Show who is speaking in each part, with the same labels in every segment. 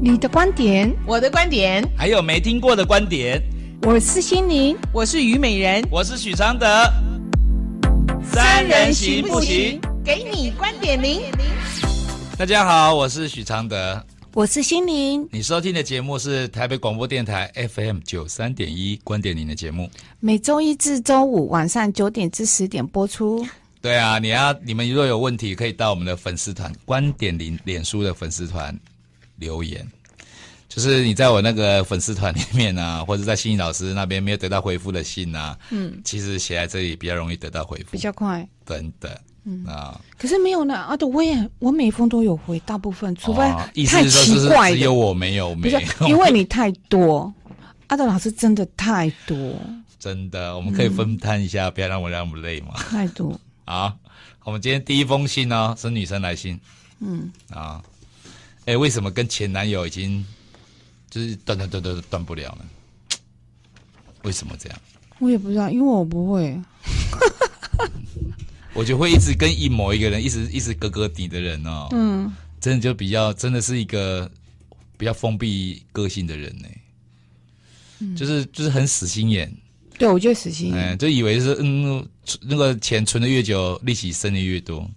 Speaker 1: 你的观点，
Speaker 2: 我的观点，
Speaker 3: 还有没听过的观点。
Speaker 1: 我是心灵，
Speaker 2: 我是虞美人，
Speaker 3: 我是许常德，三人行不行？？
Speaker 2: 给你观点零。
Speaker 3: 大家好，我是许常德。
Speaker 1: 我是心灵，
Speaker 3: 你收听的节目是台北广播电台 FM 九三点一观点您的节目。
Speaker 1: 每周一至周五晚上九点至十点播出。
Speaker 3: 对啊，你要你们如果有问题，可以到我们的粉丝团观点零脸书的粉丝团留言。就是你在我那个粉丝团里面啊， 或者在心理老师那边没有得到回复的信啊，嗯，其实写在这里比较容易得到回复
Speaker 1: 比，较快，
Speaker 3: 等等，嗯啊，
Speaker 1: 可是没有呢。啊，对，我也我每封都有回，大部分，除非
Speaker 3: 哦意思
Speaker 1: 太
Speaker 3: 是说
Speaker 1: 奇
Speaker 3: 是
Speaker 1: 怪
Speaker 3: 只有
Speaker 1: 的，
Speaker 3: 我没有
Speaker 1: 不
Speaker 3: 没
Speaker 1: 是
Speaker 3: 有，
Speaker 1: 因为你太多。阿德老师真的太多
Speaker 3: 真的，我们可以分摊一下，不要让我让我们累嘛。啊
Speaker 1: 太多，
Speaker 3: 好，我们今天第一封信哦，是女生来信。嗯。啊，哎、为什么跟前男友已经就是断断断断断不了呢？为什么这样？
Speaker 1: 我也不知道，因为我不会。
Speaker 3: 我就会一直跟一某一个人，一直一直格格底的人哦，
Speaker 1: 嗯，
Speaker 3: 真的就比较，真的是一个比较封闭个性的人呢、
Speaker 1: 嗯
Speaker 3: 就是就是很死心眼，
Speaker 1: 对，我就死心眼。
Speaker 3: 哎、就以为是嗯，存那个钱存的越久，利息生的越多，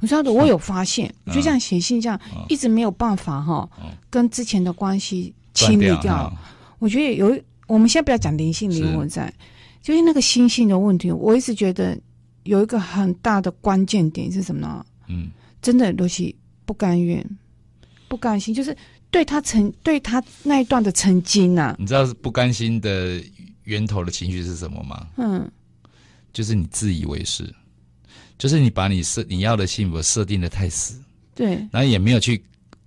Speaker 1: 我知道的，我有发现，
Speaker 3: 嗯
Speaker 1: 我就像写信这样，一直没有办法哈，跟之前的关系清理
Speaker 3: 断嗯
Speaker 1: 掉
Speaker 3: 哈。
Speaker 1: 我觉得有一，我们先不要讲灵性灵魂在，就是那个心性的问题，我一直觉得有一个很大的关键点是什么呢？
Speaker 3: 嗯，
Speaker 1: 真的，尤其不甘愿、不甘心，就是对他曾对他那一段的曾经啊呐、
Speaker 3: 你知道是不甘心的源头的情绪是什么吗？
Speaker 1: 嗯，
Speaker 3: 就是你自以为是，就是你把你设你要的幸福设定的太死，
Speaker 1: 对，
Speaker 3: 然后也没有去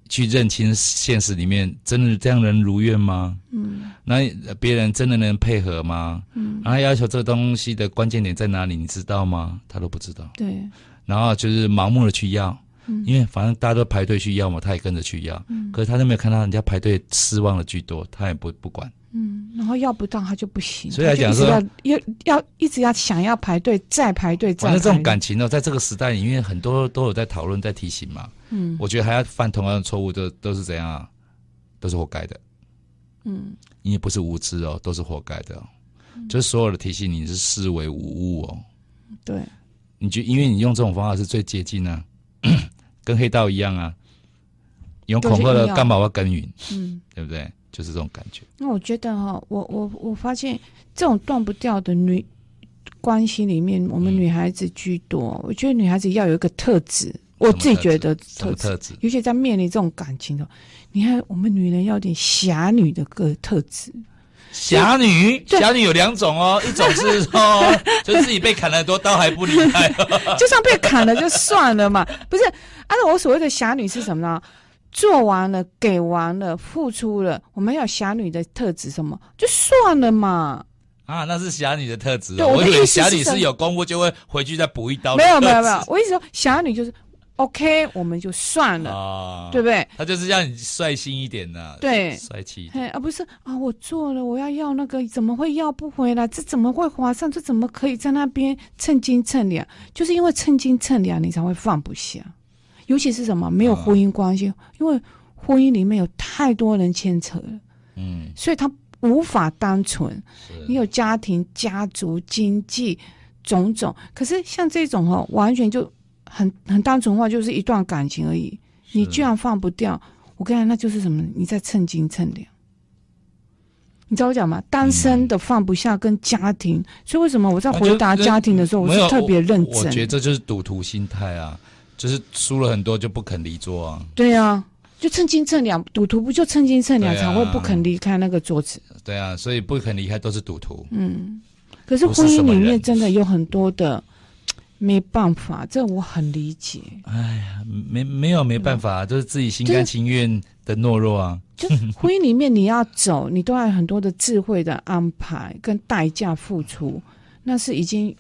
Speaker 3: 去认清现实里面真的这样能如愿吗？嗯，那别人真的能配合吗？嗯，然后要求这东西的关键点在哪里，你知道吗？他都不知道，
Speaker 1: 对，
Speaker 3: 然后就是盲目的去要。
Speaker 1: 嗯
Speaker 3: 因为反正大家都排队去要嘛，他也跟着去要，可是他都没有看到人家排队失望的居多，他也不不管。
Speaker 1: 嗯，然后要不到他就不行，
Speaker 3: 所以
Speaker 1: 他
Speaker 3: 来
Speaker 1: 就
Speaker 3: 讲
Speaker 1: 一直
Speaker 3: 说
Speaker 1: 要要要一直要想要排队再排队再
Speaker 3: 反
Speaker 1: 排
Speaker 3: 正这种
Speaker 1: 队
Speaker 3: 感情呢、在这个时代里面，很多都有在讨论、在提醒嘛。
Speaker 1: 嗯
Speaker 3: 我觉得还要犯同样的错误，都都是怎样啊？都是活该的。
Speaker 1: 嗯
Speaker 3: 因为不是无知哦，都是活该的、哦。就是所有的提醒你是视为无物哦。
Speaker 1: 对。
Speaker 3: 你就因为你用这种方法是最接近啊， 跟黑道一样啊，有恐吓
Speaker 1: 就是
Speaker 3: 的
Speaker 1: 硬要
Speaker 3: 干嘛要耕耘，
Speaker 1: 嗯，
Speaker 3: 对不对？就是这种感觉。
Speaker 1: 那我觉得哈、我我我发现这种断不掉的女关系里面，我
Speaker 3: 嗯
Speaker 1: 们女孩子居多。我觉得女孩子要有一个特质，我自己觉得
Speaker 3: 什
Speaker 1: 特
Speaker 3: 么
Speaker 1: 质，
Speaker 3: 特质？
Speaker 1: 尤其在面临这种感情的，你看我们女人要有点侠女的个特质，
Speaker 3: 侠女，
Speaker 1: 对
Speaker 3: 侠女有两种 哦，一种是说就自己被砍了很多刀还不离开哦、
Speaker 1: 就算被砍了就算了嘛，不是？按照我所谓的侠女是什么呢？做完了，给完了，付出了，我们要有侠女的特质什么？就算了嘛。
Speaker 3: 啊，那是侠女的特质、
Speaker 1: 对
Speaker 3: 哦。
Speaker 1: 我
Speaker 3: 我
Speaker 1: 的
Speaker 3: 以
Speaker 1: 意
Speaker 3: 为
Speaker 1: 思
Speaker 3: 侠
Speaker 1: 是
Speaker 3: 女
Speaker 1: 这样
Speaker 3: 是有功夫就会回去再补一刀的
Speaker 1: 没有
Speaker 3: 特质。
Speaker 1: 没有没有，我一直说侠女就是 OK，我们就算了，
Speaker 3: 啊，
Speaker 1: 对，不对？
Speaker 3: 他就是让你率性一点呐、
Speaker 1: 对
Speaker 3: 帅气一点。
Speaker 1: 嘿，而、不是啊，我做了，我要要那个，怎么会要不回来？这怎么会划算？这怎么可以在那边称斤称两？就是因为称斤称两，你才会放不下。尤其是什么没有婚姻关系，因为婚姻里面有太多人牵扯了，
Speaker 3: 嗯，
Speaker 1: 所以他无法单纯。你
Speaker 3: 是
Speaker 1: 有家庭、家族、经济种种，可是像这种哦，完全就很很单纯化，就是一段感情而已。你居然放不掉，我跟你讲，那就是什么？你在称斤称两。你知道我讲吗？单
Speaker 3: 嗯
Speaker 1: 身的放不下跟家庭，所以为什么我在回答家庭的时候，我
Speaker 3: 没
Speaker 1: 是
Speaker 3: 有
Speaker 1: 特别认
Speaker 3: 我。我觉得
Speaker 1: 真。
Speaker 3: 这就是赌徒心态啊，就是输了很多就不肯离桌啊。
Speaker 1: 对啊，就称斤称两，赌徒不就称斤称两
Speaker 3: 对啊
Speaker 1: 才会不肯离开那个桌子？
Speaker 3: 对啊，所以不肯离开都是赌徒。
Speaker 1: 可是
Speaker 3: 不是
Speaker 1: 婚
Speaker 3: 什
Speaker 1: 姻
Speaker 3: 么
Speaker 1: 里
Speaker 3: 人
Speaker 1: 面真的有很多的没办法，这我很理解。
Speaker 3: 没没有没办法、啊就是自己心甘情愿的懦弱啊。
Speaker 1: 就是婚姻里面你要走，你都要有很多的智慧的安排跟代价付出，那是已经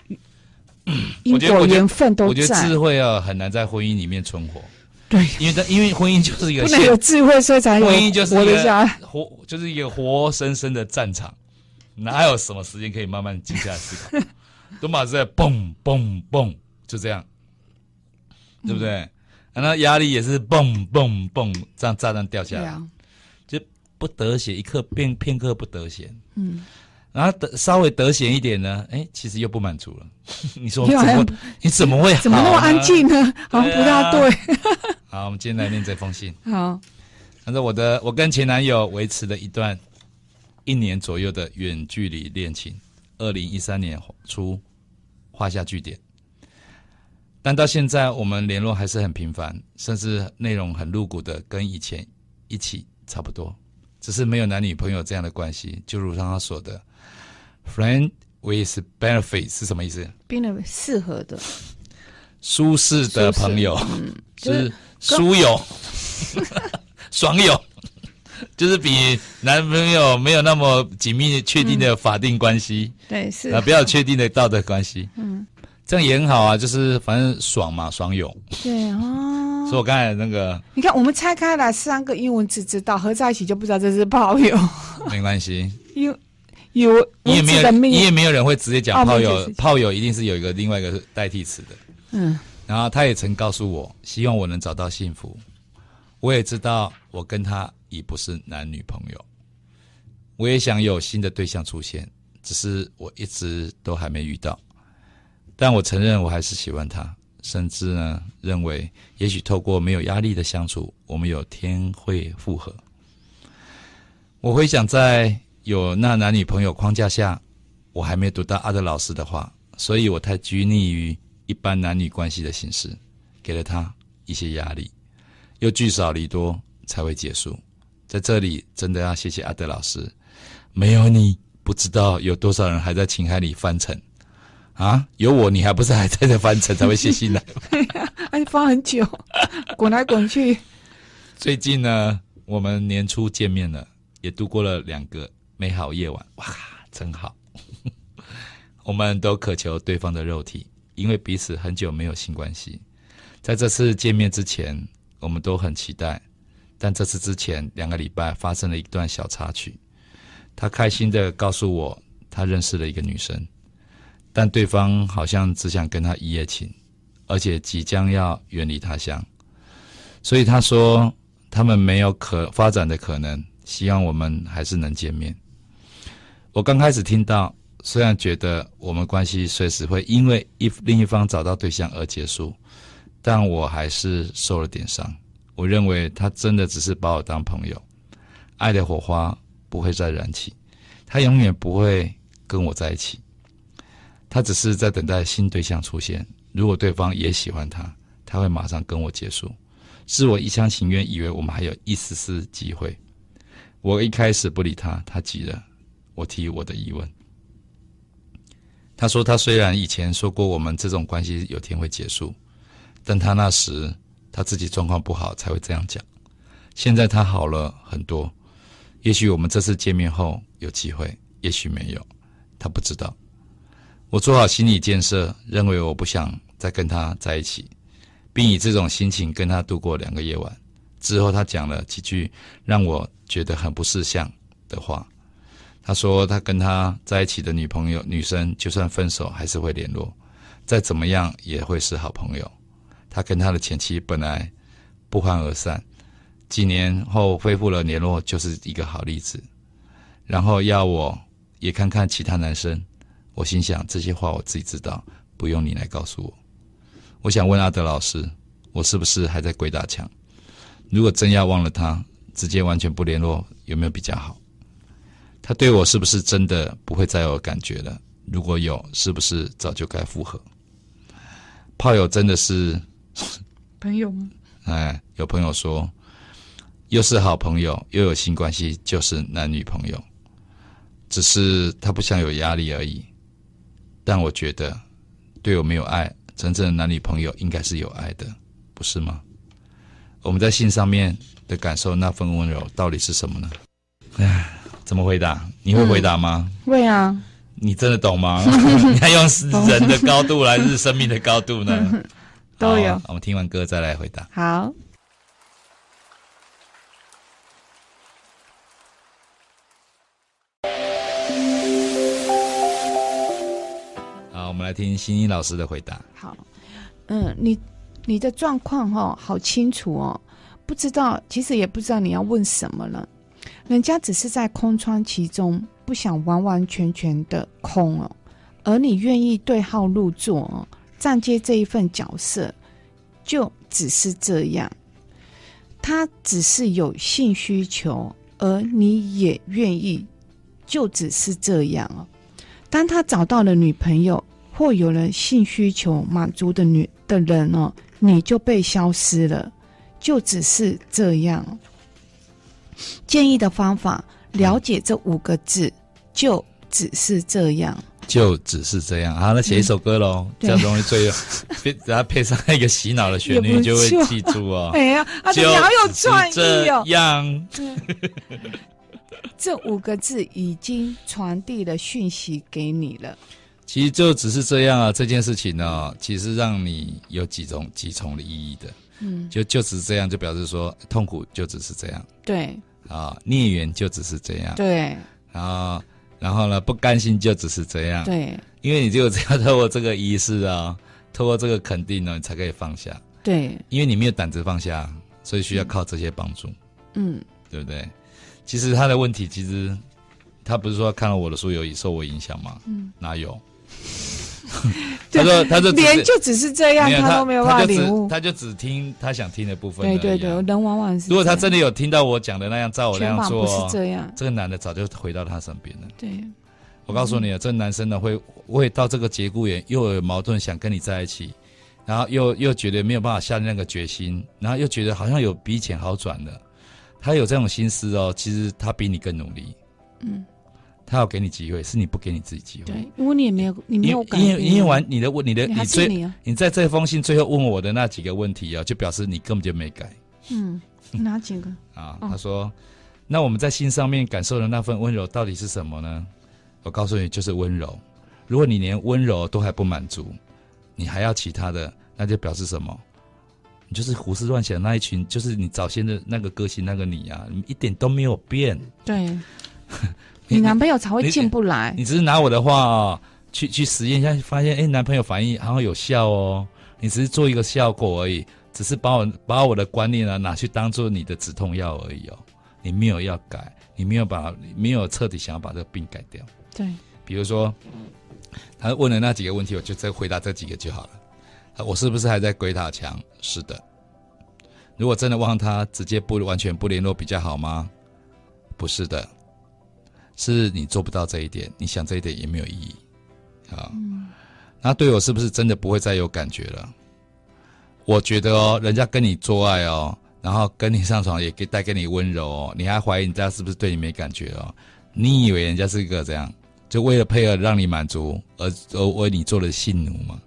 Speaker 1: 因
Speaker 3: 我觉得
Speaker 1: 果
Speaker 3: 我觉得
Speaker 1: 缘分都
Speaker 3: 我觉得
Speaker 1: 在
Speaker 3: 智。慧啊很难在婚姻里面存活，
Speaker 1: 对，
Speaker 3: 因为它因为婚姻就是一个
Speaker 1: 不能有智慧，所以才有
Speaker 3: 婚姻就是
Speaker 1: 活
Speaker 3: 一
Speaker 1: 得下来。
Speaker 3: 个活，就是一个活生生的战场，哪有什么时间可以慢慢静下来思 考？都马是在蹦蹦蹦，就这样，
Speaker 1: 嗯
Speaker 3: 对不对？啊那压力也是蹦蹦蹦，这样炸弹掉下
Speaker 1: 对
Speaker 3: 来，
Speaker 1: 啊，
Speaker 3: 不得闲，一刻片片刻不得闲。
Speaker 1: 嗯，
Speaker 3: 然后得稍微得闲一点呢，哎，其实又不满足了。 你说
Speaker 1: 又
Speaker 3: 怎
Speaker 1: 好像
Speaker 3: 么你怎么会好呢啊
Speaker 1: 怎么那么安？静呢？好像不大对。
Speaker 3: 好，我们今天来念这封信。
Speaker 1: 好，
Speaker 3: 他说我的我跟前男友维持了一段一年左右的远距离恋情，二零一三年初画下句点。但到现在，我们联络还是很频繁，甚至内容很露骨的，跟以前一起差不多，只是没有男女朋友这样的关系。就如他所的，“friend with benefit” 是什么意思？
Speaker 1: 变得适合的，
Speaker 3: 舒适的朋友，
Speaker 1: 嗯 就是
Speaker 3: 书友、 爽友， 就是比男朋友没有那么紧密确定的法定关系
Speaker 1: 对，嗯是
Speaker 3: 啊、比较确定的道德关系。嗯，这样也很好啊，就是反正爽嘛，爽友。
Speaker 1: 对啊。
Speaker 3: 所以我刚才那个
Speaker 1: 你看，我们拆开来三个英文字知道，合在一起就不知道这是炮友。
Speaker 3: 没关系，
Speaker 1: 有有
Speaker 3: 你
Speaker 1: 文
Speaker 3: 也没
Speaker 1: 嗯字的
Speaker 3: 有，
Speaker 1: 命
Speaker 3: 你，也没有人会直接讲
Speaker 1: 哦
Speaker 3: 炮
Speaker 1: 没解
Speaker 3: 友
Speaker 1: 释，
Speaker 3: 炮友一定是有一个另外一个代替词的。
Speaker 1: 嗯，
Speaker 3: 然后他也曾告诉我，希望我能找到幸福。我也知道我跟他已不是男女朋友，我也想有新的对象出现，只是我一直都还没遇到。但我承认我还是喜欢他，甚至呢认为，也许透过没有压力的相处，我们有天会复合。我回想在有那男女朋友框架下，我还没读到阿德老师的话，所以我太拘泥于一般男女关系的形式，给了他一些压力，又聚少离多才会结束。在这里，真的要谢谢阿德老师，没有你，不知道有多少人还在情海里翻沉啊！有我，你还不是还在这翻沉才会写信来？
Speaker 1: 而且哎放很久，滚来滚去。
Speaker 3: 最近呢，我们年初见面了，也度过了两个美好夜晚，哇，真好。 我们都渴求对方的肉体，因为彼此很久没有性关系。在这次见面之前，我们都很期待，但这次之前两个礼拜发生了一段小插曲。他开心的告诉我，他认识了一个女生，但对方好像只想跟他一夜情，而且即将要远离他乡。所以他说他们没有可发展的可能，希望我们还是能见面。我刚开始听到，虽然觉得我们关系随时会因为一另一方找到对象而结束，但我还是受了点伤。我认为他真的只是把我当朋友，爱的火花不会再燃起，他永远不会跟我在一起。他只是在等待新对象出现。如果对方也喜欢他，他会马上跟我结束。是我一厢情愿，以为我们还有一丝丝机会。我一开始不理他，他急了，我提我的疑问。他说，他虽然以前说过我们这种关系有天会结束，但他那时他自己状况不好才会这样讲。现在他好了很多，也许我们这次见面后有机会，也许没有，他不知道。我做好心理建设，认为我不想再跟他在一起，并以这种心情跟他度过两个夜晚。之后，他讲了几句让我觉得很不识相的话。他说，他跟他在一起的女朋友女生，就算分手还是会联络，再怎么样也会是好朋友。他跟他的前妻本来不欢而散，几年后恢复了联络，就是一个好例子。然后要我也看看其他男生，我心想这些话我自己知道，不用你来告诉我。我想问阿德老师，我是不是还在鬼打墙？如果真要忘了他，直接完全不联络，有没有比较好？他对我是不是真的不会再有感觉了？如果有，是不是早就该复合？炮友真的是，
Speaker 1: 朋友吗？
Speaker 3: 哎，有朋友说，又是好朋友，又有性关系，就是男女朋友，只是他不想有压力而已。但我觉得，对我没有爱，真正的男女朋友应该是有爱的，不是吗？我们在性上面的感受那份温柔到底是什么呢？唉，怎么回答？你会回答吗？
Speaker 1: 会啊，
Speaker 3: 你真的懂吗？
Speaker 1: 嗯
Speaker 3: 你要用人的高度来是生命的高度呢？
Speaker 1: 都有
Speaker 3: 好我们听完歌再来回答。
Speaker 1: 好。
Speaker 3: 好，我们来听新一老师的回答。
Speaker 1: 好，嗯，你你的状况哈、哦，好清楚哦，不知道，其实也不知道你要问什么了。人家只是在空窗其中，不想完完全全的空哦，而你愿意对号入座哦，站接这一份角色，就只是这样。他只是有性需求，而你也愿意，就只是这样哦。当他找到了女朋友或有了性需求满足的女的人哦，你就被消失了，就只是这样哦。建议的方法，了解这五个字，就只是这样。
Speaker 3: 就只是这样。好，那写一首歌喽，
Speaker 1: 嗯
Speaker 3: 这
Speaker 1: 对
Speaker 3: 样容易最， 配然后配上一个洗脑的旋
Speaker 1: 也
Speaker 3: 律，
Speaker 1: 不
Speaker 3: 就会
Speaker 1: 错
Speaker 3: 记住哦。
Speaker 1: 哎呀，啊，
Speaker 3: 就
Speaker 1: 你好有
Speaker 3: 只是
Speaker 1: 创意哦
Speaker 3: 这！样，
Speaker 1: 这五个字已经传递了讯息给你了。
Speaker 3: 其实就只是这样啊。这件事情呢、其实让你有几种几重的意义的。
Speaker 1: 嗯，
Speaker 3: 就就只是这样，就表示说痛苦就只是这样
Speaker 1: 对
Speaker 3: 啊，孽缘就只是这样，
Speaker 1: 对
Speaker 3: 然后然后呢，不甘心就只是这样，
Speaker 1: 对
Speaker 3: 因为你只有这样透过这个仪式啊，透过这个肯定呢，你才可以放下，
Speaker 1: 对，
Speaker 3: 因为你没有胆子放下，所以需要靠这些帮助，
Speaker 1: 嗯，
Speaker 3: 对不对？其实他的问题，其实他不是说看了我的书有受我影响吗？嗯，哪有？他说，他说只是
Speaker 1: 连就只是这样，
Speaker 3: 没有
Speaker 1: 他都没有办法领悟。
Speaker 3: 他就只他就只听他想听的部分而已
Speaker 1: 对
Speaker 3: 啊。
Speaker 1: 对对，人往往是
Speaker 3: 如果他
Speaker 1: 这
Speaker 3: 真
Speaker 1: 样
Speaker 3: 的有听到我讲的那样，照我那
Speaker 1: 全
Speaker 3: 样
Speaker 1: 网
Speaker 3: 做
Speaker 1: 不
Speaker 3: 哦，
Speaker 1: 是这样，
Speaker 3: 这个男的早就回到他身边了。
Speaker 1: 对
Speaker 3: 我告诉你啊，这男生呢会会到这个节骨眼，又有矛盾想跟你在一起，然后又又觉得没有办法下那个决心，然后又觉得好像有比以前好转了。他有这种心思哦，其实他比你更努力。
Speaker 1: 嗯，
Speaker 3: 他要给你机会，是你不给你自己机会。
Speaker 1: 对，因为你也没有，你没
Speaker 3: 因
Speaker 1: 有
Speaker 3: 为
Speaker 1: 改
Speaker 3: 因
Speaker 1: 变，
Speaker 3: 为因为完你的问你的
Speaker 1: 你还是
Speaker 3: 最
Speaker 1: 你啊，
Speaker 3: 你在这封信最后问我的那几个问题啊，就表示你根本就没改。
Speaker 1: 嗯，哪几个？
Speaker 3: 啊，
Speaker 1: 嗯
Speaker 3: 他说：“那我们在心上面感受的那份温柔到底是什么呢？”我告诉你，就是温柔。如果你连温柔都还不满足，你还要其他的，那就表示什么？你就是胡思乱想那一群，就是你早先的那个个性那个你啊，你一点都没有变。
Speaker 1: 对，你男朋友才会
Speaker 3: 你
Speaker 1: 进不来。
Speaker 3: 你只是拿我的话、哦、去去实验一下，发现哎，诶男朋友反应好像有效哦。你只是做一个效果而已，只是把我把我的观念啊拿去当做你的止痛药而已哦。你没有要改，你没有把你没有彻底想要把这个病改掉。
Speaker 1: 对，
Speaker 3: 比如说，他问了那几个问题，我就再回答这几个就好了。啊我是不是还在鬼打墙？是的。如果真的忘他，直接不完全不联络比较好吗？不是的，是你做不到这一点，你想这一点也没有意义啊。那对我是不是真的不会再有感觉了？我觉得哦，人家跟你做爱哦，然后跟你上床也给带给你温柔哦，你还怀疑人家是不是对你没感觉哦？你以为人家是一个怎样？就为了配合让你满足而而为你做了性奴嘛，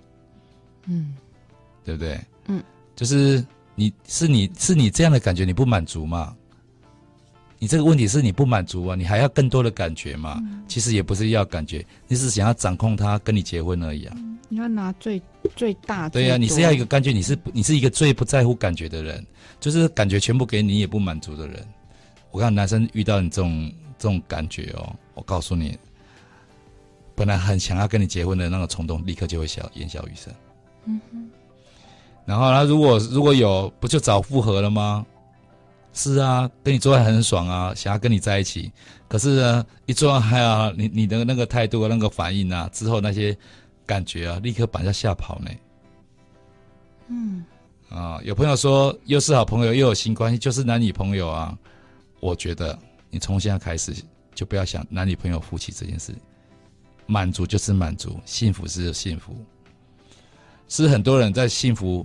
Speaker 1: 嗯，
Speaker 3: 对不对？
Speaker 1: 嗯，
Speaker 3: 就是你是你是你这样的感觉你不满足嘛？你这个问题是你不满足啊，你还要更多的感觉嘛？其实也不是要感觉，你是想要掌控他跟你结婚而已啊。
Speaker 1: 你要拿最最大。
Speaker 3: 对呀、
Speaker 1: 最
Speaker 3: 你
Speaker 1: 多
Speaker 3: 是要一个感觉，你是不你是一个最不在乎感觉的人，就是感觉全部给你也不满足的人。我看男生遇到你这种这种感觉哦，我告诉你，本来很想要跟你结婚的那个冲动，立刻就会消烟消云散。嗯然后他如果如果有，不就早复合了吗？是啊，跟你做爱很爽啊，想要跟你在一起。可是呢，一做爱啊，你你的那个态度、那个反应啊，之后那些感觉啊，立刻把人家吓跑呢。啊，有朋友说又是好朋友又有新关系，就是男女朋友啊。我觉得你从现在开始就不要想男女朋友夫妻这件事，满足就是满足，幸福是幸福。是很多人在幸福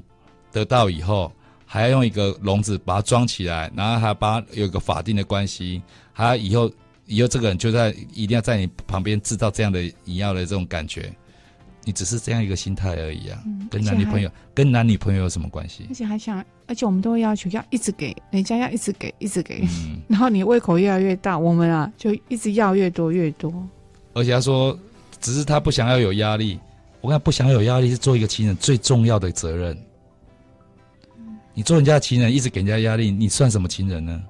Speaker 3: 得到以后，还要用一个笼子把它装起来，然后还把它有一个法定的关系，还要以后以后这个人就在一定要在你旁边制造这样的你要的这种感觉。你只是这样一个心态而已啊，跟男女朋友跟男女朋友有什么关系
Speaker 1: 而？且还想，而且我们都会要求要一直给人家，要一直给，一直给。
Speaker 3: 嗯，
Speaker 1: 然后你胃口越来越大，我们啊就一直要越多越多。
Speaker 3: 而且他说，只是他不想要有压力。我看不想要有压力是做一个情人最重要的责任。你做人家的情人，一直给人家压力，你算什么情人呢？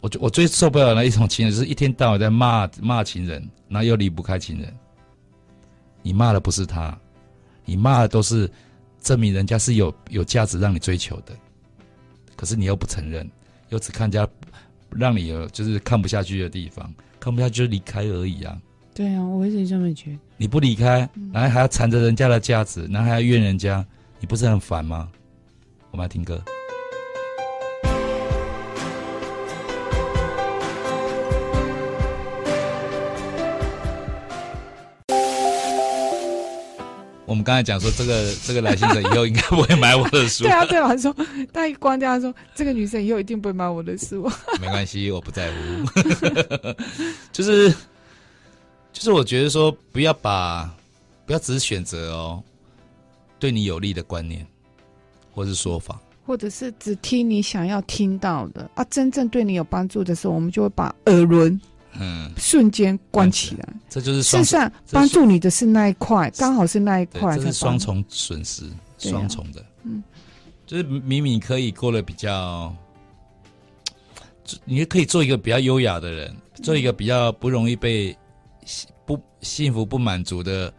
Speaker 3: 我最我最受不了的一种情人，就是一天到晚在骂骂情人，然后又离不开情人。你骂的不是他，你骂的都是证明人家是有有价值让你追求的，可是你又不承认，又只看人家让你有就是看不下去的地方，看不下去就离开而已啊。
Speaker 1: 对啊，我一直这么觉得。
Speaker 3: 你不离开，
Speaker 1: 嗯
Speaker 3: 然后还要缠着人家的架子，然后还要怨人家，你不是很烦吗？我们来听歌。我们刚才讲说，这个这个来信者以后应该不会买我的 书
Speaker 1: 对，啊，对啊，说他一关掉，他说这个女生以后一定不会买我的书。
Speaker 3: 没关系，我不在乎。 就是就是，我觉得说不要把不要只是选择哦，对你有利的观念或是说法。
Speaker 1: 或者是只听你想要听到的啊，真正对你有帮助的时候，我们就会把耳轮
Speaker 3: 嗯，
Speaker 1: 瞬间关起来。
Speaker 3: 这嗯就是
Speaker 1: 事实
Speaker 3: 双重
Speaker 1: 上，
Speaker 3: 这
Speaker 1: 帮
Speaker 3: 是
Speaker 1: 助你的是那一块，刚好是那一
Speaker 3: 对，
Speaker 1: 块。
Speaker 3: 这是双。重损失，
Speaker 1: 对啊
Speaker 3: 双重的。
Speaker 1: 嗯，
Speaker 3: 就是明明可以过得比较，你可以做一个比较优雅的人，做一个比较不容易被幸不幸福不满足的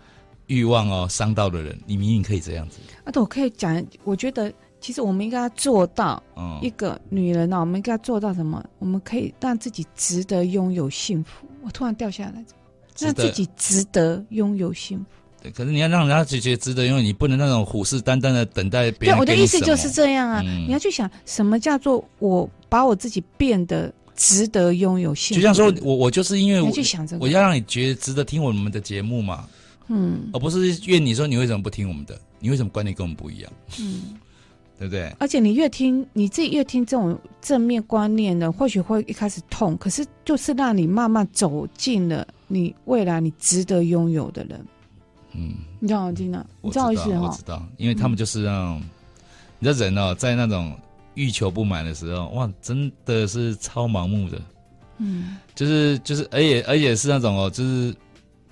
Speaker 3: 欲望哦伤到的人，你明明可以这样子。
Speaker 1: 啊，对，我可以讲，我觉得其实我们应该要做到
Speaker 3: 嗯
Speaker 1: 一，个女人啊呢、我们应该要做到什么？我们可以让自己值得拥有幸福。我突然掉下来，
Speaker 3: 值
Speaker 1: 让
Speaker 3: 得
Speaker 1: 自己值得拥有幸福。
Speaker 3: 对，可是你要让人家觉得值得，因为你不能那种虎视眈眈的等待别
Speaker 1: 对，
Speaker 3: 人
Speaker 1: 我
Speaker 3: 给
Speaker 1: 的
Speaker 3: 你
Speaker 1: 意
Speaker 3: 什
Speaker 1: 思
Speaker 3: 么。
Speaker 1: 就是这样啊！
Speaker 3: 嗯
Speaker 1: 你要去想什么叫做我把我自己变得值得拥有幸福，
Speaker 3: 就像说我我就是因为
Speaker 1: 你
Speaker 3: 我
Speaker 1: 要去想这个，
Speaker 3: 我要让你觉得值得听我们的节目嘛，
Speaker 1: 嗯
Speaker 3: 而不是怨你说你为什么不听我们的，你为什么观点跟我们不一样，
Speaker 1: 嗯，
Speaker 3: 对不对？
Speaker 1: 而且你越听你自己越听这种正面观念呢，或许会一开始痛，可是就是让你慢慢走进了你未来你值得拥有的人，
Speaker 3: 嗯，
Speaker 1: 你知道我听了，你
Speaker 3: 我
Speaker 1: 知道我意思
Speaker 3: 我
Speaker 1: 哈
Speaker 3: 知？道，因为他们就是那种，你知道人哦，在那种欲求不满的时候，哇，真的是超盲目的，
Speaker 1: 嗯，
Speaker 3: 就是就是，而且而且是那种哦，就是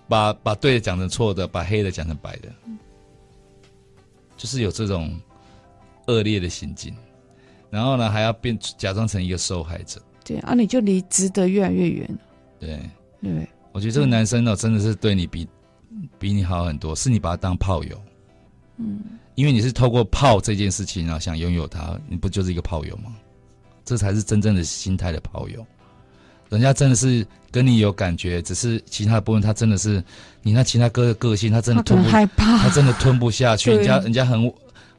Speaker 3: 把把对的讲成错的，把黑的讲成白的，就是有这种恶劣的行径，然后呢，还要变假装成一个受害者，
Speaker 1: 对啊，你就离值得越来越远了，
Speaker 3: 对。
Speaker 1: 对不对？
Speaker 3: 我觉得
Speaker 1: 嗯
Speaker 3: 这个男生呢、真的是对你比比你好很多，是你把他当炮友，嗯，因为你是透过炮这件事情啊，想拥有他，你不就是一个炮友吗？这才是真正的心态的炮友。人家真的是跟你有感觉，只是其他的部分他真的是你那其他哥的个性，他真
Speaker 1: 他
Speaker 3: 的
Speaker 1: 可
Speaker 3: 吞
Speaker 1: 能
Speaker 3: 不，
Speaker 1: 害
Speaker 3: 他
Speaker 1: 怕，
Speaker 3: 真的吞不下去。
Speaker 1: 对
Speaker 3: 人家人家很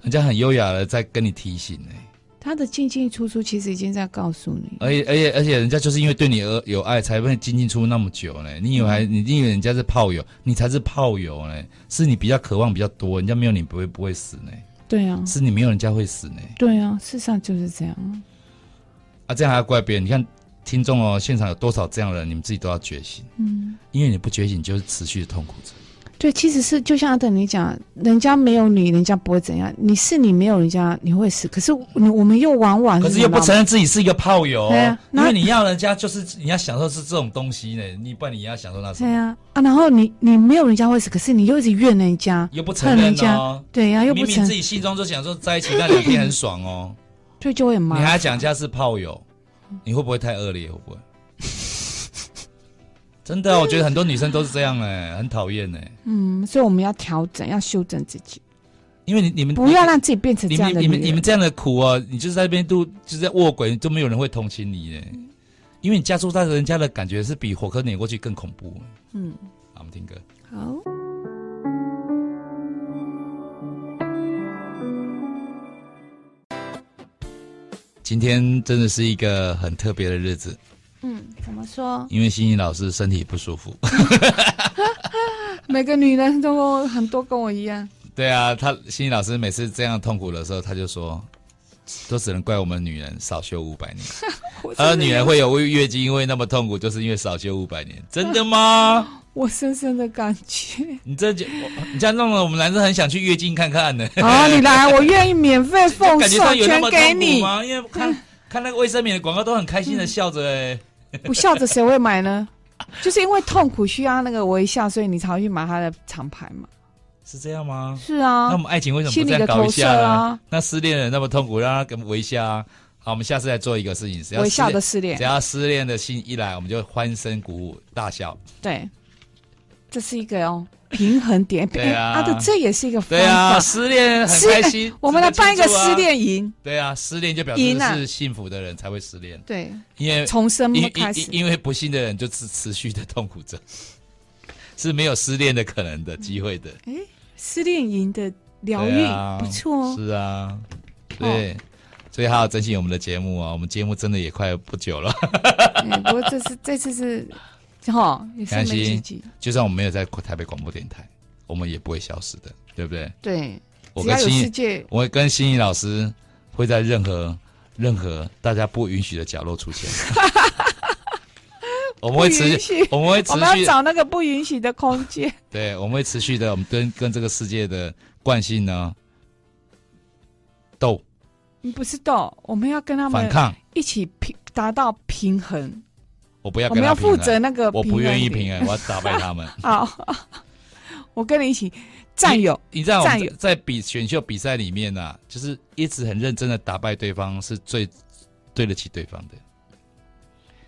Speaker 3: 人家很优雅的在跟你提醒欸呢、
Speaker 1: 他的进进出出其实已经在告诉你，
Speaker 3: 而且而且而且，人家就是因为对你而有爱，才会进进出出那么久呢。你以为还你
Speaker 1: 嗯
Speaker 3: 以为人家是炮友，你才是炮友呢？是你比较渴望比较多，人家没有你不会不会死呢？
Speaker 1: 对啊，
Speaker 3: 是你没有人家会死呢？
Speaker 1: 对啊，事实上就是这样。
Speaker 3: 啊，这样还要怪别人？你看听众哦，现场有多少这样的人？你们自己都要觉醒，
Speaker 1: 嗯，
Speaker 3: 因为你不觉醒，你就是持续的痛苦着。
Speaker 1: 对，其实是就像阿德你讲，人家没有你，人家不会怎样；你是你没有人家，你会死。可是你我们又往往
Speaker 3: 可是又不承认自己是一个炮友、哦
Speaker 1: 对啊
Speaker 3: 因
Speaker 1: 那
Speaker 3: 为你要人家就是你要享受是这种东西呢，你不然你要享受那什
Speaker 1: 对
Speaker 3: 么？
Speaker 1: 啊啊，然后你你没有人家会死，可是你又一直怨人家，
Speaker 3: 又不承
Speaker 1: 恨
Speaker 3: 认
Speaker 1: 人家，
Speaker 3: 哦。
Speaker 1: 对啊呀、又
Speaker 3: 明
Speaker 1: 不
Speaker 3: 明
Speaker 1: 承
Speaker 3: 自，己心中就想说在一起那两天很爽哦。
Speaker 1: 对，就会很麻
Speaker 3: 你
Speaker 1: 烦。
Speaker 3: 还讲人家是炮友，你会不会太恶劣？会不 会？真的啊、我觉得很多女生都是这样哎、很讨厌哎，
Speaker 1: 嗯，所以我们要调整，要修正自己，
Speaker 3: 因为你你们
Speaker 1: 不要让自己变成这
Speaker 3: 你
Speaker 1: 样
Speaker 3: 们
Speaker 1: 的
Speaker 3: 你
Speaker 1: 女人。
Speaker 3: 们你们这样的苦哦、你就是在那边都就是在卧轨，都没有人会同情你哎、因为你加速到人家的感觉是比火车碾过去更恐怖、
Speaker 1: 嗯，
Speaker 3: 好，我们听歌。
Speaker 1: 好。
Speaker 3: 今天真的是一个很特别的日子，
Speaker 1: 嗯，怎么说？
Speaker 3: 因为欣欣老师身体不舒服。
Speaker 1: 每个女人都跟我很多跟我一样，
Speaker 3: 对啊，他欣欣老师每次这样痛苦的时候，他就说，都只能怪我们女人少休五百年。
Speaker 1: 我
Speaker 3: 他
Speaker 1: 真的
Speaker 3: 说呃女人会有月经，因为那么痛苦，就是因为少休五百年。真 的吗？
Speaker 1: 我深深的感 觉。
Speaker 3: 你这就我你这样弄得我们男生很想去月经看看 呢。
Speaker 1: 好，哦你来，我愿意免费奉
Speaker 3: 感觉
Speaker 1: 送，
Speaker 3: 上有那
Speaker 1: 全
Speaker 3: 么
Speaker 1: 给
Speaker 3: 痛苦
Speaker 1: 你。
Speaker 3: 吗？因为看看那个卫生棉的广告都很开心的笑着哎。
Speaker 1: 不笑着谁会买呢？就是因为痛苦需要那个微笑，所以你才会去买它的厂牌嘛。
Speaker 3: 是这样吗？
Speaker 1: 是
Speaker 3: 那
Speaker 1: 啊
Speaker 3: 我，们爱情为什么
Speaker 1: 心
Speaker 3: 不
Speaker 1: 理
Speaker 3: 这
Speaker 1: 的
Speaker 3: 样搞一
Speaker 1: 投射
Speaker 3: 下呢？
Speaker 1: 啊，
Speaker 3: 那失恋人那么痛苦，让他给我们微笑啊。好，我们下次再做一个事情，只要
Speaker 1: 微
Speaker 3: 失
Speaker 1: 笑
Speaker 3: 恋
Speaker 1: 的失恋
Speaker 3: 只，要失恋的信一来，我们就欢声鼓舞大笑。
Speaker 1: 对，这是一个哦。平衡点。
Speaker 3: 对啊
Speaker 1: 哎的这也是一个方
Speaker 3: 对啊，
Speaker 1: 法。
Speaker 3: 失恋很
Speaker 1: 失
Speaker 3: 开心，
Speaker 1: 我们来办一个
Speaker 3: 值得庆祝啊
Speaker 1: 失。恋营，
Speaker 3: 对啊，失恋就表示
Speaker 1: 赢啊
Speaker 3: 是幸福的人才会失恋，
Speaker 1: 对，
Speaker 3: 因为
Speaker 1: 从生
Speaker 3: 因因
Speaker 1: 开始
Speaker 3: 因。因为不幸的人就是持续的痛苦着，是没有失恋的可能的机会的。
Speaker 1: 哎，失恋营的疗
Speaker 3: 对
Speaker 1: 愈
Speaker 3: 啊
Speaker 1: 不错哦。
Speaker 3: 是啊，对，所以好好珍惜我们的节目啊，我们节目真的也快不久了。
Speaker 1: 嗯不过这次这次是，哈，也是
Speaker 3: 没关
Speaker 1: 没
Speaker 3: 系
Speaker 1: 几集。
Speaker 3: 就算我们没有在台北广播电台，我们也不会消失的，对不对？
Speaker 1: 对，
Speaker 3: 我
Speaker 1: 只要
Speaker 3: 跟
Speaker 1: 有
Speaker 3: 心
Speaker 1: 世
Speaker 3: 怡，
Speaker 1: 界，
Speaker 3: 我跟心怡老师会在任何任何大家不允许的角落 出现。我们会持
Speaker 1: 不允
Speaker 3: 续
Speaker 1: 许，
Speaker 3: 我们会
Speaker 1: 我们
Speaker 3: 持
Speaker 1: 要
Speaker 3: 续，
Speaker 1: 找那个不允许的空间。
Speaker 3: 对，我们会持续的，我们跟跟这个世界的惯性呢斗
Speaker 1: 不是斗，我们要跟他
Speaker 3: 反
Speaker 1: 们
Speaker 3: 抗。
Speaker 1: 一起平达到平衡，
Speaker 3: 我不要
Speaker 1: 我
Speaker 3: 跟
Speaker 1: 们
Speaker 3: 他
Speaker 1: 要
Speaker 3: 平衡啊
Speaker 1: 负责那个
Speaker 3: 我
Speaker 1: 平衡点。
Speaker 3: 不愿意平衡，我要打败 他们。
Speaker 1: 好，我跟你一起战友，
Speaker 3: 你知道我们
Speaker 1: 战友
Speaker 3: 在在比选秀比赛里面呢、啊，就是一直很认真的打败对方，是最对得起对方的。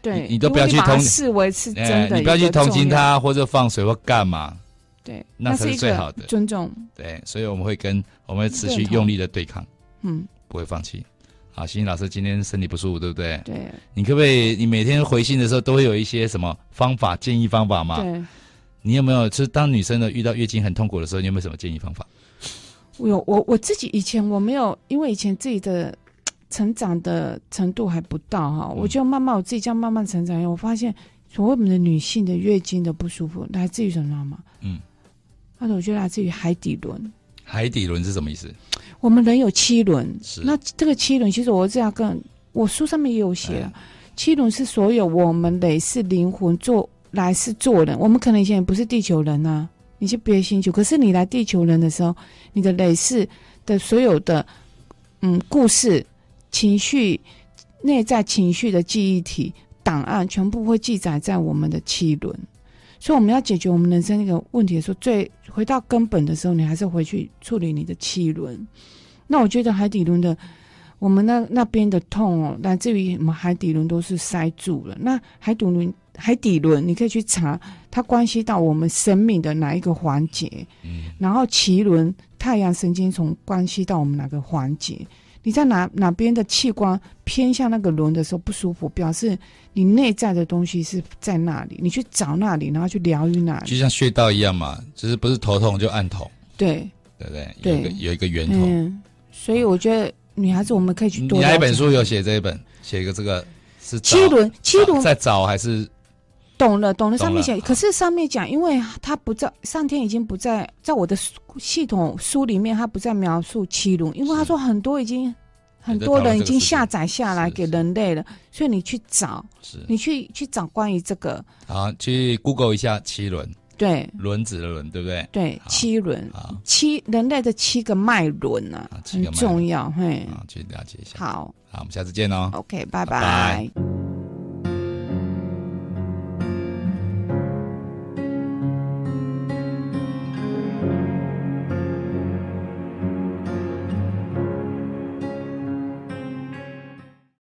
Speaker 1: 对，
Speaker 3: 你都不要去
Speaker 1: 因为你把它
Speaker 3: 同哎
Speaker 1: 视为是真的、
Speaker 3: 你不要去同情，他或者放水或干嘛。
Speaker 1: 对，
Speaker 3: 那才
Speaker 1: 是
Speaker 3: 是
Speaker 1: 一个
Speaker 3: 最好的
Speaker 1: 尊重。
Speaker 3: 对，所以我们会跟我们会持续
Speaker 1: 认同
Speaker 3: 用力的对抗，
Speaker 1: 嗯，
Speaker 3: 不会放弃。好，欣欣老师今天身体不舒服，对不对？
Speaker 1: 对
Speaker 3: 你可不可以，你每天回信的时候都会有一些什么方法建议方法嘛？
Speaker 1: 对，
Speaker 3: 你有没有就是当女生呢遇到月经很痛苦的时候，你有没有什么建议方法？
Speaker 1: 我有我我自己以前我没有，因为以前自己的成长的程度还不到
Speaker 3: 嗯
Speaker 1: 哈，我就慢慢我自己这样慢慢成长，我发现所谓我们的女性的月经的不舒服来自于什么吗？
Speaker 3: 嗯，
Speaker 1: 或者我觉得来自于海底轮。
Speaker 3: 海底轮是什么意思？
Speaker 1: 我们人有七轮
Speaker 3: 是，
Speaker 1: 那这个七轮其实我这样跟我书上面也有写了，七轮是所有我们累世灵魂做来世做人，我们可能以前也不是地球人啊，你是别的星球，可是你来地球人的时候，你的累世的所有的嗯故事、情绪、内在情绪的记忆体档案，全部会记载在我们的七轮。所以我们要解决我们人生一个问题的时候，最回到根本的时候，你还是回去处理你的气轮。那我觉得海底轮的，我们那那边的痛哦，来自于我们海底轮都是塞住了。那海底轮，海底轮，你可以去查，它关系到我们生命的哪一个环节。
Speaker 3: 嗯，
Speaker 1: 然后脐轮、太阳神经丛关系到我们哪个环节？你在哪哪边的器官偏向那个轮的时候不舒服，表示你内在的东西是在那里，你去找那里，然后去疗愈那里。
Speaker 3: 就像穴道一样嘛，就是不是头痛就按头，
Speaker 1: 对，
Speaker 3: 对不对？
Speaker 1: 对
Speaker 3: 有一个有一个源头。
Speaker 1: 嗯，所以我觉得女孩子我们可以去多
Speaker 3: 你
Speaker 1: 了解。
Speaker 3: 那一本书有写这一本，写一个这个是找
Speaker 1: 七轮，七轮
Speaker 3: 在找还是
Speaker 1: 懂了，懂了。上面
Speaker 3: 懂
Speaker 1: 写，
Speaker 3: 了
Speaker 1: 可是上面讲，因为他不在上天已经不在，在我的书系统书里面，他不再描述七轮，因为他说很多已经很多人已经下载下来
Speaker 3: 是
Speaker 1: 给人类了，所以你去找，
Speaker 3: 是
Speaker 1: 你去去找关于这个，
Speaker 3: 好去 Google 一下七轮
Speaker 1: 对
Speaker 3: 轮子的轮，对不对？
Speaker 1: 对，
Speaker 3: 好
Speaker 1: 七轮，
Speaker 3: 好
Speaker 1: 七人类的七个脉轮啊
Speaker 3: 啊，七
Speaker 1: 很
Speaker 3: 个脉轮
Speaker 1: 重要，嘿，
Speaker 3: 啊，去了解一下。
Speaker 1: 好
Speaker 3: 好，我们下次见哦。
Speaker 1: ，OK，拜
Speaker 3: 拜
Speaker 1: 拜